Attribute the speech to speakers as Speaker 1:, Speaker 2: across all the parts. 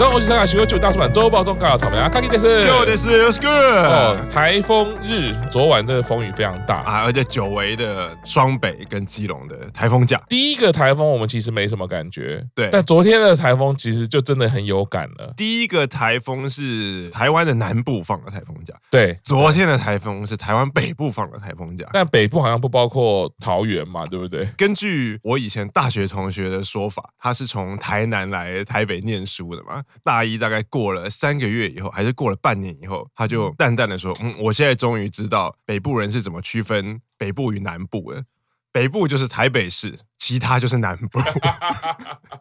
Speaker 1: どうも、石坂修九大叔版周报中稿草莓阿啊卡基です。
Speaker 2: 就的是 Yoshiko
Speaker 1: 哦，台风日，昨晚真的风雨非常大。
Speaker 2: 啊，而且久违的双北跟基隆的台风假，
Speaker 1: 第一个台风我们其实没什么感觉，
Speaker 2: 对
Speaker 1: 但昨天的台风其实就真的很有感了。
Speaker 2: 第一个台风是台湾的南部放的台风假，
Speaker 1: 对，
Speaker 2: 昨天的台风是台湾北部放的台风假。
Speaker 1: 但北部好像不包括桃园嘛，对不对？
Speaker 2: 根据我以前大学同学的说法，他是从台南来台北念书的嘛，大一大概过了三个月以后，还是过了半年以后，他就淡淡的说：“嗯，我现在终于知道北部人是怎么区分北部与南部了。北部就是台北市，其他就是南部，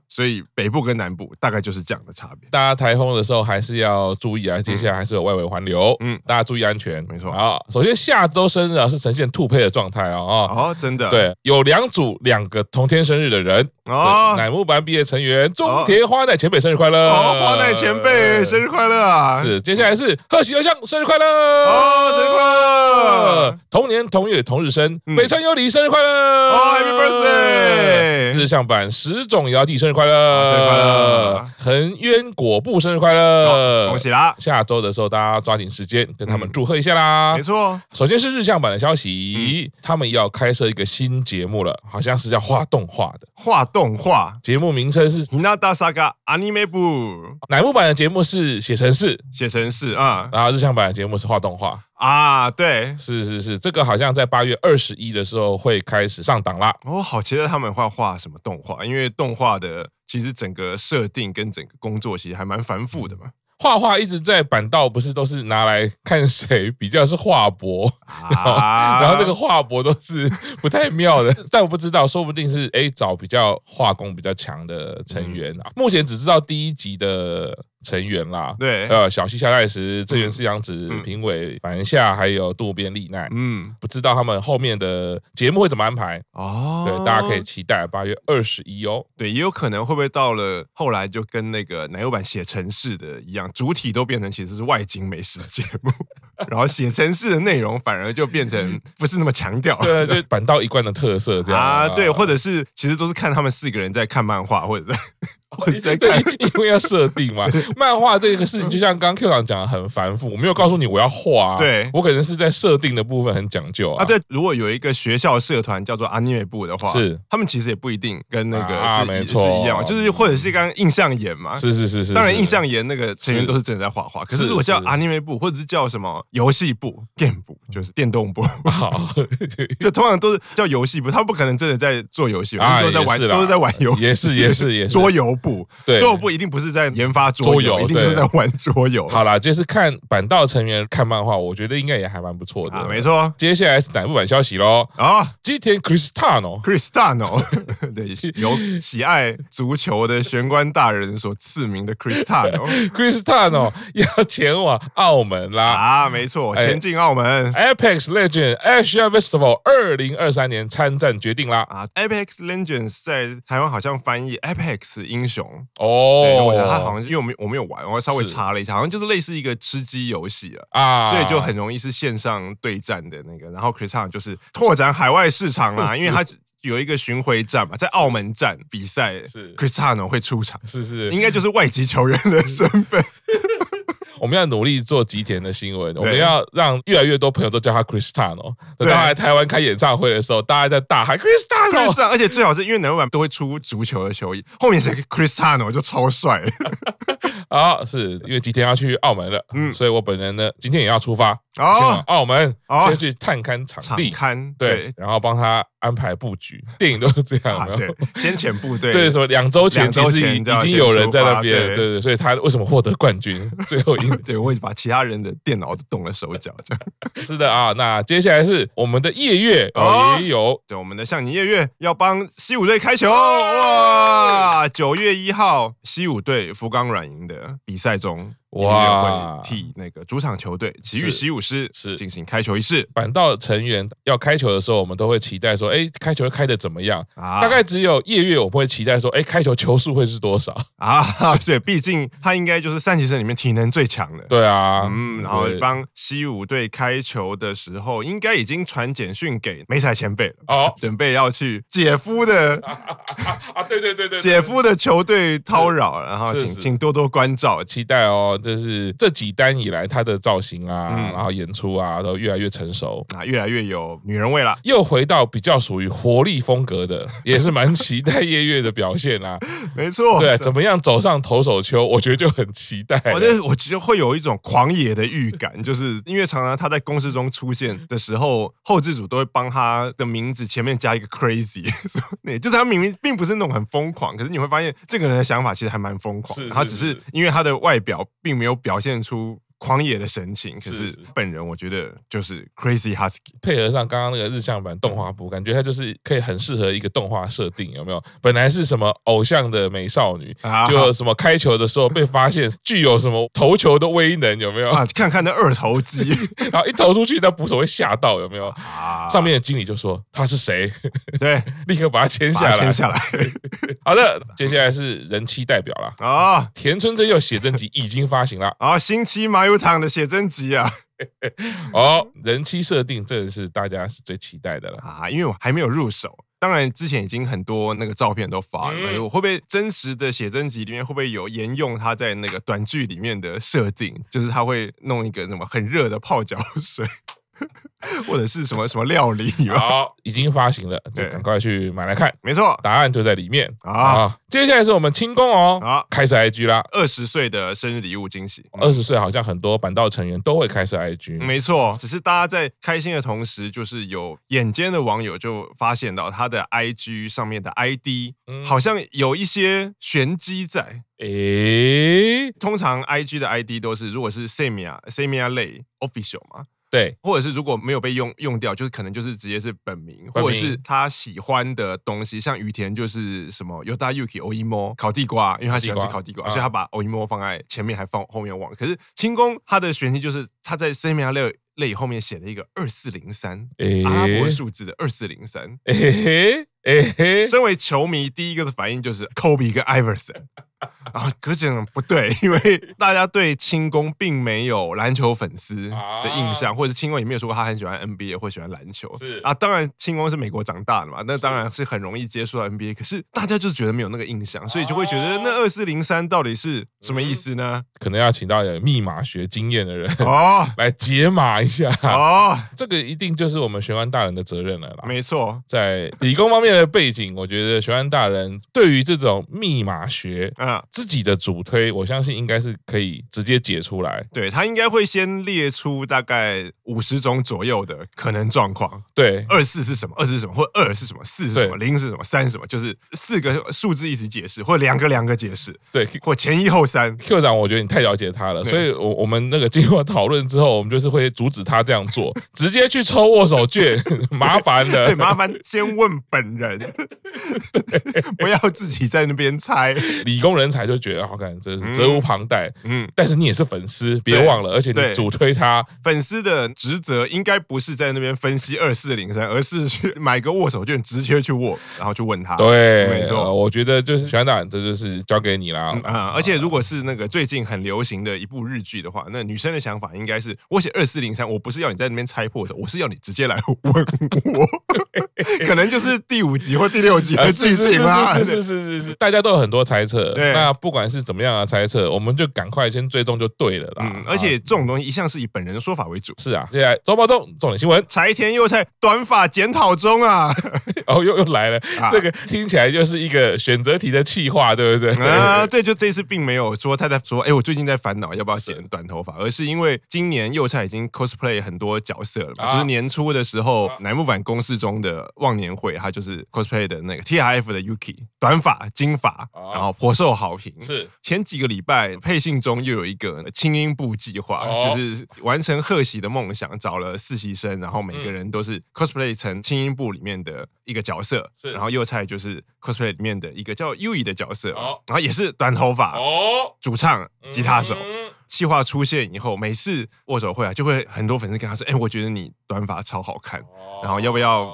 Speaker 2: 所以北部跟南部大概就是这样的差别。”
Speaker 1: 大家台风的时候还是要注意啊，接下来还是有外围环流，嗯
Speaker 2: 嗯，
Speaker 1: 大家注意安全。
Speaker 2: 没错
Speaker 1: 好，首先下周生日啊是呈现兔配的状态哦。哦
Speaker 2: 哦，真的，
Speaker 1: 对，有两组两个同天生日的人，
Speaker 2: 哦
Speaker 1: 对乃木坂毕业成员中田花奈前辈生日快乐，
Speaker 2: 哦，花奈前
Speaker 1: 呃
Speaker 2: 辈生日快乐啊！
Speaker 1: 是，接下来是贺喜优香生日快乐，
Speaker 2: 哦，生日快乐！
Speaker 1: 同年同月同日生，
Speaker 2: 嗯
Speaker 1: 北川优里生日快乐！
Speaker 2: 哦，Happy birthday
Speaker 1: 日向版石种遥纪生日快乐！
Speaker 2: 哦生日快乐！
Speaker 1: 横渊果布生日快
Speaker 2: 哦
Speaker 1: 乐！
Speaker 2: 恭喜！啦！
Speaker 1: 下周的时候，大家抓紧时间跟他们
Speaker 2: 嗯
Speaker 1: 祝贺一下啦。
Speaker 2: 没错，嗯
Speaker 1: 首先是日向版的消息，他们要开设一个新节目了，好像是要画动画的。
Speaker 2: 画动画。
Speaker 1: 节目名称是
Speaker 2: 日向坂 anime 部
Speaker 1: 乃木坂的节目是写程式，
Speaker 2: 写成是啊、
Speaker 1: 然后日向版的节目是画动画。
Speaker 2: 啊，对，
Speaker 1: 是是是，这个好像在八月二十一的时候会开始上档啦。
Speaker 2: 我好期待他们会画什么动画，因为动画的其实整个设定跟整个工作其实还蛮繁复的 嘛。
Speaker 1: 画画一直在板道，不是都是拿来看谁比较是画博，
Speaker 2: 啊
Speaker 1: 然后这个画博都是不太妙的。 但我不知道，说不定是诶找比较画工比较强的成员啊。目前只知道第一集的成员啦，
Speaker 2: 嗯对
Speaker 1: 呃，小西夏代时、正源四阳子、
Speaker 2: 嗯
Speaker 1: 评委反夏，还有渡边丽奈。
Speaker 2: 嗯
Speaker 1: 不知道他们后面的节目会怎么安排，
Speaker 2: 哦，
Speaker 1: 对，大家可以期待八月二十一哦。
Speaker 2: 对，也有可能会不会到了后来就跟那个奶油版写城市的一样，主体都变成其实是外景美食节 目，然后写城市的内容反而就变成不是那么强调。
Speaker 1: 对，就板道一贯的特色这样
Speaker 2: 啊，对，或者是其实都是看他们四个人在看漫画，或者在 或 者在
Speaker 1: 哦对
Speaker 2: 看，
Speaker 1: 因为要设定嘛。漫画这个事情，就像刚刚 Q 长讲的，很繁复，我没有告诉你我要画、啊，
Speaker 2: 对
Speaker 1: 我可能是在设定的部分很讲究啊。
Speaker 2: 啊，，对，如果有一个学校社团叫做 anime 部的话，
Speaker 1: 是
Speaker 2: 他们其实也不一定跟那个是,、
Speaker 1: 啊没
Speaker 2: 是
Speaker 1: 错
Speaker 2: 一样，就是或者是刚刚印象研嘛。
Speaker 1: 是是是是，
Speaker 2: 当然，
Speaker 1: 是
Speaker 2: 印象研那个成员
Speaker 1: 是
Speaker 2: 都是真的在画画，可是
Speaker 1: 是
Speaker 2: 如果叫
Speaker 1: 是
Speaker 2: anime 部，或者是叫什么游戏部、game 部，就是电动部，
Speaker 1: 好
Speaker 2: 就通常都是叫游戏部，他不可能真的在做游戏嘛，
Speaker 1: 啊
Speaker 2: 他们都在玩，
Speaker 1: 也是啦
Speaker 2: 都是在玩游戏，
Speaker 1: 也是也是也是
Speaker 2: 桌游部，
Speaker 1: 对
Speaker 2: 桌游部一定不是在研发
Speaker 1: 桌
Speaker 2: 桌游，
Speaker 1: 游
Speaker 2: 一定就
Speaker 1: 对
Speaker 2: 是在玩桌游。
Speaker 1: 好啦，就是看板道成员看漫画，我觉得应该也还蛮不错的。
Speaker 2: 啊，没。错
Speaker 1: 接下来是哪部版消息喽？
Speaker 2: 啊。
Speaker 1: 吉田 Cristano
Speaker 2: Cristano，对， 由喜爱足球的玄关大人所赐名的哦 Cristano
Speaker 1: Cristano 要前往澳门啦。
Speaker 2: 啊，没错，
Speaker 1: 哎
Speaker 2: 前进澳门
Speaker 1: Apex Legend Asia Festival 二零二三年参战决定啦！
Speaker 2: 啊，Apex Legends 在台湾好像翻译 Apex 英雄，对，
Speaker 1: 哦
Speaker 2: 我想它好像因为我没我没有玩，我稍微
Speaker 1: 是
Speaker 2: 查了一下，好像就是类似一个吃鸡游戏啊。
Speaker 1: 啊
Speaker 2: 所以就很容易是线上对战的那个。然后 Chris h a n 就是拓展海外市场
Speaker 1: 哦
Speaker 2: 啦、 因为他有一个巡回战嘛，在澳门站比赛
Speaker 1: 是
Speaker 2: ，Chris h a n 会出场，
Speaker 1: 是是，
Speaker 2: 应该就是外籍球员的
Speaker 1: 嗯
Speaker 2: 身份。
Speaker 1: 我们要努力做吉田的新闻，我们要让越来越多朋友都叫他 Cristano。等到他来台湾开演唱会的时候，大家在大喊
Speaker 2: Chris
Speaker 1: Cristano。
Speaker 2: h a n 而且最好是因为南版都会出足球的球衣，后面是个 Chris h a n 就超 帅。
Speaker 1: 啊，是因为吉田要去澳门了，
Speaker 2: 嗯
Speaker 1: 所以我本人呢今天也要出发，前往
Speaker 2: 哦，
Speaker 1: 澳门，
Speaker 2: 哦
Speaker 1: 先去探勘场
Speaker 2: 场
Speaker 1: 地，
Speaker 2: 刊
Speaker 1: 对
Speaker 2: 对，
Speaker 1: 然后帮他安排布局。电影都是这样
Speaker 2: 啊
Speaker 1: 的，
Speaker 2: 对， 先遣部队
Speaker 1: 对，什么两周前
Speaker 2: 两
Speaker 1: 其
Speaker 2: 周
Speaker 1: 实已
Speaker 2: 前就要
Speaker 1: 已经
Speaker 2: 先
Speaker 1: 有人
Speaker 2: 出
Speaker 1: 在那
Speaker 2: 发
Speaker 1: 边，
Speaker 2: 对
Speaker 1: 对对，所以他为什么获得冠军？ 最后赢
Speaker 2: 对，我已经把其他人的电脑都动了手脚， 这样。
Speaker 1: 是的啊。那接下来是我们的夜月哦
Speaker 2: 哦，
Speaker 1: 也有
Speaker 2: 对，我们的向你夜月要帮西武队开球
Speaker 1: 哦
Speaker 2: 哇！九月一号，西武队福冈软银的比赛中，音乐会替那个主场球队体育
Speaker 1: 是
Speaker 2: 习武师
Speaker 1: 是
Speaker 2: 进行开球仪式
Speaker 1: 板道成员要开球的时候，我们都会期待说，哎，开球开的怎么样？
Speaker 2: 啊，
Speaker 1: 大概只有夜月我们会期待说，哎，开球球数会是多少？
Speaker 2: 啊， 对，毕竟他应该就是三级生里面体能最强的。
Speaker 1: 对啊，
Speaker 2: 嗯，然后
Speaker 1: 对
Speaker 2: 帮西武队开球的时候，应该已经传简讯给梅彩前辈了，
Speaker 1: 哦
Speaker 2: 准备要去姐夫的
Speaker 1: 啊，对对对对，对
Speaker 2: 姐夫的球队叨扰，然后
Speaker 1: 是
Speaker 2: 请
Speaker 1: 是
Speaker 2: 请多多关照。
Speaker 1: 期待哦，就是这几单以来他的造型啊，
Speaker 2: 嗯
Speaker 1: 然后演出啊，都越来越成熟。
Speaker 2: 啊，越来越有女人味了。
Speaker 1: 又回到比较属于活力风格的，也是蛮期待夜月的表现啊啦、
Speaker 2: 没错，
Speaker 1: 对，怎么样走上投手丘， 我觉得就很期待了。
Speaker 2: 哦我觉得我觉得会有一种狂野的预感， 就是因为常常他在公式中出现的时候，后置组都会帮他的名字前面加一个 crazy，所 以那就是他明明并不是那种很疯狂，可是你会发现这个人的想法其实还蛮疯狂，
Speaker 1: 是
Speaker 2: 然后只
Speaker 1: 是
Speaker 2: 是
Speaker 1: 是
Speaker 2: 因为他的外表并没有表现出。狂野的神情，可
Speaker 1: 是
Speaker 2: 是
Speaker 1: 是
Speaker 2: 本人我觉得就是 crazy husky，
Speaker 1: 配合上刚刚那个日向版动画部，感觉它就是可以很适合一个动画设定，有没有？本来是什么偶像的美少女
Speaker 2: 啊，
Speaker 1: 就什么开球的时候被发现具有什么投球的威能，有没有？
Speaker 2: 啊，看看那二头 肌
Speaker 1: 然后一投出去，那捕手会吓到，有没有？
Speaker 2: 啊，
Speaker 1: 上面的经理就说他是谁，
Speaker 2: 对，
Speaker 1: 立刻把他签
Speaker 2: 把
Speaker 1: 下
Speaker 2: 它签
Speaker 1: 来。
Speaker 2: 下来
Speaker 1: 好的，接下来是人气代表啦。
Speaker 2: 啊
Speaker 1: 田村真佑写真集已经发行了
Speaker 2: 啊，星期麻油糖的写真集啊，
Speaker 1: 哦，人气设定真的是大家是最期待的了。
Speaker 2: 啊，因为我还没有入手。当然，之前已经很多那个照片都发了，
Speaker 1: 嗯
Speaker 2: 我会不会真实的写真集里面会不会有沿用他在那个短剧里面的设定，就是他会弄一个什么很热的泡脚水， 或者是什么什么料理吧？
Speaker 1: 好，已经发行了，就
Speaker 2: 对
Speaker 1: 赶快去买来看，
Speaker 2: 没错，
Speaker 1: 答案就在里面
Speaker 2: 啊
Speaker 1: 接下来是我们清宫哦
Speaker 2: 好，
Speaker 1: 开始 IG 啦。
Speaker 2: 二十岁的生日礼物惊喜。
Speaker 1: 二十岁好像很多板道成员都会开始 IG，
Speaker 2: 没错，只是大家在开心的同时，就是有眼尖的网友就发现到他的 IG 上面的 ID
Speaker 1: 嗯
Speaker 2: 好像有一些玄机在，
Speaker 1: 诶，
Speaker 2: 通常 IG 的 ID 都是如果是 Semia Semia 类 official 嘛，
Speaker 1: 对，
Speaker 2: 或者是如果没有被用用掉，就是可能就是直接是本名，
Speaker 1: 本名
Speaker 2: 或者是他喜欢的东西，像雨田就是什么 Yoda Yuki Oimo 烤地瓜，因为他喜欢吃烤地瓜，
Speaker 1: 烤地瓜啊
Speaker 2: 所以他把 Oimo 放在前面，还放后面忘了。可是清宫他的玄机就是他在 Semia 类类后面写了一个二四零三。
Speaker 1: 诶，
Speaker 2: 阿拉伯数字的二四零三，
Speaker 1: 诶嘿，诶嘿，
Speaker 2: 身为球迷，第一个的反应就是 Kobe 跟 Iverson。啊， 可是这样不对，因为大家对清宫并没有篮球粉丝的印象，或者是清宫也没有说过他很喜欢 NBA 或喜欢篮球。
Speaker 1: 是
Speaker 2: 啊，当然清宫是美国长大的嘛，那当然是很容易接触到 NBA，可是大家就是觉得没有那个印象，所以就会觉得那二四零三到底是什么意思呢？
Speaker 1: 可能要请到有密码学经验的人
Speaker 2: 哦
Speaker 1: 来解码一下，
Speaker 2: 哦，
Speaker 1: 这个一定就是我们玄关大人的责任了啦。
Speaker 2: 没错，
Speaker 1: 在理工方面的背景，我觉得玄安大人对于这种密码学
Speaker 2: 嗯。
Speaker 1: 自己的主推，我相信应该是可以直接解出来。
Speaker 2: 对他应该会先列出大概五十种左右的可能状况，
Speaker 1: 对，
Speaker 2: 二四是什么，二四是什么，或二是什么，四是什么，零是什么，三是什么，就是四个数字一起解释，或两个两个解释，
Speaker 1: 对。
Speaker 2: 或前一后三。
Speaker 1: Q 长，我觉得你太了解他了，
Speaker 2: 对
Speaker 1: 所以我我们那个经过讨论之后，我们就是会阻止他这样 做，直接去抽握手券， 麻烦了。
Speaker 2: 对，麻烦先问本人，不要自己在那边猜。
Speaker 1: 理工人才就觉得好看，真是责无旁贷。
Speaker 2: 嗯，
Speaker 1: 但是你也是粉丝，别忘了，而且
Speaker 2: 对
Speaker 1: 你主推他，
Speaker 2: 粉丝的职责应该不是在那边分析二四零三，而是去买个握手券，直接去握，然后去问他。
Speaker 1: 对，
Speaker 2: 啊没错
Speaker 1: 呃我觉得就是玄安大人，这就是交给你啦。
Speaker 2: 啊、而且如果是那个最近很流行的一部日剧的话，那女生的想法应该是：我写二四零三，我不是要你在那边猜破的，我是要你直接来问我。 可能就是第五集或第六集 的
Speaker 1: 呃
Speaker 2: 剧情啦。
Speaker 1: 是是是是是是是，大家都有很多猜测。
Speaker 2: 对
Speaker 1: 那不管是怎么样的猜测，我们就赶快先追踪就对了啦。
Speaker 2: 嗯，而
Speaker 1: 啊
Speaker 2: 且这种东西一向是以本人的说法为主。
Speaker 1: 是啊，接下来周报中重点新闻
Speaker 2: 柴田佑菜短发检讨中啊，
Speaker 1: 哦，又又来了
Speaker 2: 啊，
Speaker 1: 这个听起来就是一个选择题的气话，对不对？
Speaker 2: 啊，对，就这次并没有说他在说，哎，我最近在烦恼要不要剪短头发，而是因为今年幼菜已经 cosplay 很多角色了嘛，
Speaker 1: 啊
Speaker 2: 就是年初的时候，乃木坂公式中的忘年会，他就是 cosplay 的那个 T R F 的 Yuki，短发金发，
Speaker 1: 啊
Speaker 2: 然后颇受好评。
Speaker 1: 是
Speaker 2: 前几个礼拜，配信中又有一个呃轻音部计划，
Speaker 1: 哦
Speaker 2: 就是完成贺喜的梦想，找了实习生，然后每个人都是 cosplay 成轻音部里面的一个角色，
Speaker 1: 嗯是
Speaker 2: 然后右菜就是 cosplay 里面的一个叫 U 伊的角色，
Speaker 1: 哦
Speaker 2: 然后也是短头发，
Speaker 1: 哦，
Speaker 2: 啊主唱、吉他手。
Speaker 1: 嗯
Speaker 2: 气化出现以后，每次握手会啊，就会很多粉丝跟他说：“哎、我觉得你短发超好看，
Speaker 1: 哦
Speaker 2: 然后要不要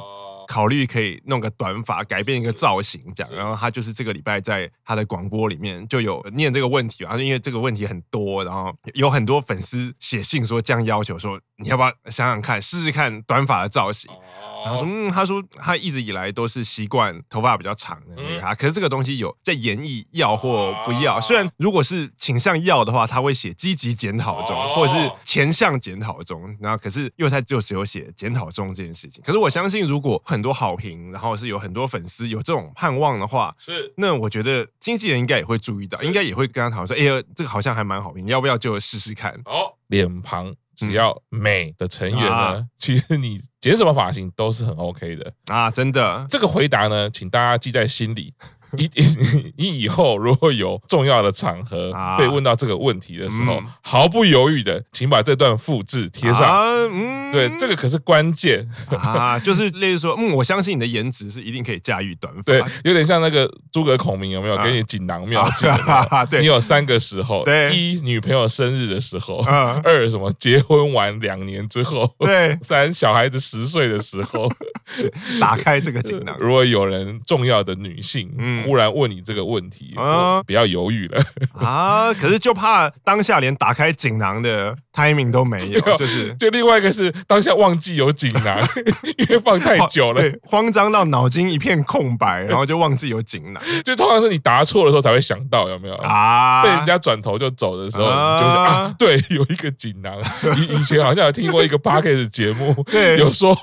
Speaker 2: 考虑可以弄个短发，改变一个造型这样。
Speaker 1: 是
Speaker 2: 然后他就是这个礼拜在他的广播里面就有念这个问题嘛，然后因为这个问题很多，然后有很多粉丝写信说这样要求说你要不要想想看，试试看短发的造型。然
Speaker 1: 哦
Speaker 2: 后说，嗯，他说他一直以来都是习惯头发比较长的那个他，可是这个东西有在演绎要或不要。
Speaker 1: 嗯哦
Speaker 2: 虽然如果是倾向要的话，他会写积极检讨中，
Speaker 1: 哦
Speaker 2: 或者是前向检讨中。然后可是因为他就只有写检讨中这件事情。可是我相信，如果很多好评，然后是有很多粉丝有这种盼望的话。
Speaker 1: 是
Speaker 2: 那我觉得经纪人应该也会注意到，应该也会跟他讨论说，哎呀，这个好像还蛮好评，要不要就试试看？
Speaker 1: 哦，脸庞只要美的成员呢
Speaker 2: 啊，
Speaker 1: 其实你剪什么发型都是很 OK 的。
Speaker 2: 啊，真的，
Speaker 1: 这个回答呢，请大家记在心里。 一定，你以后如果有重要的场合
Speaker 2: 啊
Speaker 1: 被问到这个问题的时候
Speaker 2: 嗯，
Speaker 1: 毫不犹豫的，请把这段复制贴上。
Speaker 2: 啊，嗯
Speaker 1: 对，这个可是关键。
Speaker 2: 啊，就是例如说，嗯，我相信你的颜值是一定可以驾驭短发
Speaker 1: 对
Speaker 2: 的，
Speaker 1: 有点像那个诸葛孔明有没有
Speaker 2: 啊
Speaker 1: 给你锦囊 妙计？
Speaker 2: 啊，
Speaker 1: 你
Speaker 2: 对，
Speaker 1: 有三个时候：
Speaker 2: 对
Speaker 1: 一女朋友生日的时候；
Speaker 2: 嗯，
Speaker 1: 二什么结婚完两年之后；
Speaker 2: 对，
Speaker 1: 三小孩子十岁的时 候。
Speaker 2: 打开这个锦囊
Speaker 1: 如果有人重要的女性
Speaker 2: 嗯
Speaker 1: 忽然问你这个问题，
Speaker 2: 啊
Speaker 1: 不要犹豫了。
Speaker 2: 啊，可是就怕当下连打开锦囊的 timing 都没有， 就是
Speaker 1: 就另外一个是当下忘记有锦囊， 因为放太久了。
Speaker 2: 对，慌张到脑筋一片空白，然后就忘记有锦 囊
Speaker 1: 就通常是你答错的时候才会想到，有没有？
Speaker 2: 啊，
Speaker 1: 被人家转头就走的时候，
Speaker 2: 啊
Speaker 1: 你就会想啊，对，有一个锦囊。以以 前好像有听过一个 p a r k e t 节目，
Speaker 2: 对
Speaker 1: 有说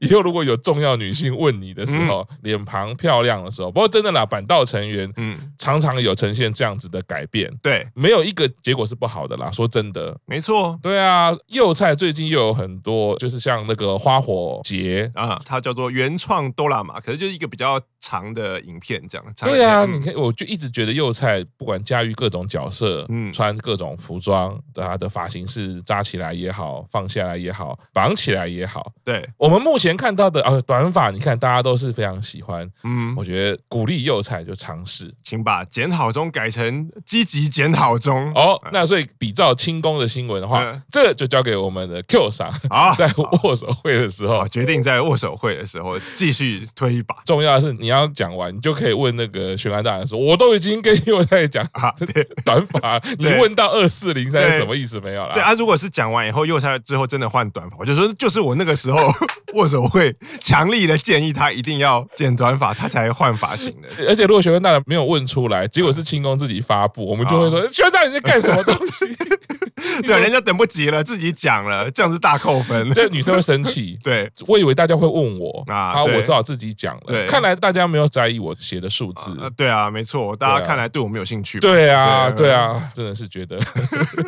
Speaker 1: 以后如果有重要女性问你的时候，脸庞漂亮的时候，不过真的啦，板道成员
Speaker 2: 嗯，
Speaker 1: 常常有呈现这样子的改变，
Speaker 2: 对，
Speaker 1: 没有一个结果是不好的啦。说真的，
Speaker 2: 没错
Speaker 1: 对啊，幼菜最近又有很多，就是像那个花火节。
Speaker 2: 啊，它叫做原创哆啦玛，可是就是一个比较长的影片这样，长的
Speaker 1: 对啊，
Speaker 2: 影
Speaker 1: 你
Speaker 2: 片嗯
Speaker 1: 看，我就一直觉得幼菜不管驾驭各种角色，
Speaker 2: 嗯
Speaker 1: 穿各种服装，她的发型是扎起来也好，放下来也好，绑起来也好，
Speaker 2: 对，
Speaker 1: 我们目前看到的啊短发，你看大家都是非常喜欢，
Speaker 2: 嗯，
Speaker 1: 我觉得鼓励幼菜就尝试
Speaker 2: 请把检讨中改成积极检讨中
Speaker 1: 哦。那所以比照清宫的新闻的话
Speaker 2: 嗯，
Speaker 1: 这就交给我们的 Q 赏，
Speaker 2: 好，
Speaker 1: 在握手会的时候
Speaker 2: 啊，，决定在握手会的时候继续推一把
Speaker 1: 重要的是你要讲完，你就可以问那个玄安大人说：“我都已经跟幼在讲
Speaker 2: 啊。对
Speaker 1: 短发，你
Speaker 2: 对
Speaker 1: 问到二四零三
Speaker 2: 对
Speaker 1: 什么意思没有啦？”
Speaker 2: 对啊，如果是讲完以后又他之后真的换短发，我就说就是我那个时候 握手会强力的建议他一定要剪短发，他才换发型 的。
Speaker 1: 而且如果玄安大人没有问出来，结果
Speaker 2: 嗯
Speaker 1: 是清宫自己发布，我们就会
Speaker 2: 啊
Speaker 1: 说：“玄安大人在干什么东西
Speaker 2: 对，人家等不及了，自己讲了，这样是大扣分？” 。
Speaker 1: 这女生会生气。
Speaker 2: 对
Speaker 1: 我以为大家会问我
Speaker 2: 啊
Speaker 1: 啊，
Speaker 2: 对
Speaker 1: 我只好自己讲了。
Speaker 2: 对
Speaker 1: 看来大家没有在意我写的数字。
Speaker 2: 啊，对啊，没错，大
Speaker 1: 对
Speaker 2: 家
Speaker 1: 啊
Speaker 2: 看来对我们有兴趣。
Speaker 1: 对啊，
Speaker 2: 对
Speaker 1: 对啊，真的是觉得。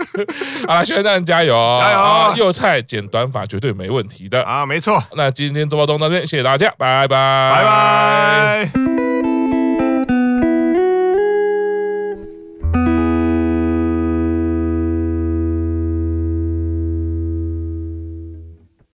Speaker 1: 好了，玄安大人加油哦，
Speaker 2: 加油
Speaker 1: 啊幼菜剪短发绝对没问题的。
Speaker 2: 啊，没错，
Speaker 1: 那今天周报东到这边，谢谢大家，拜拜，
Speaker 2: 拜
Speaker 1: 拜
Speaker 2: 拜。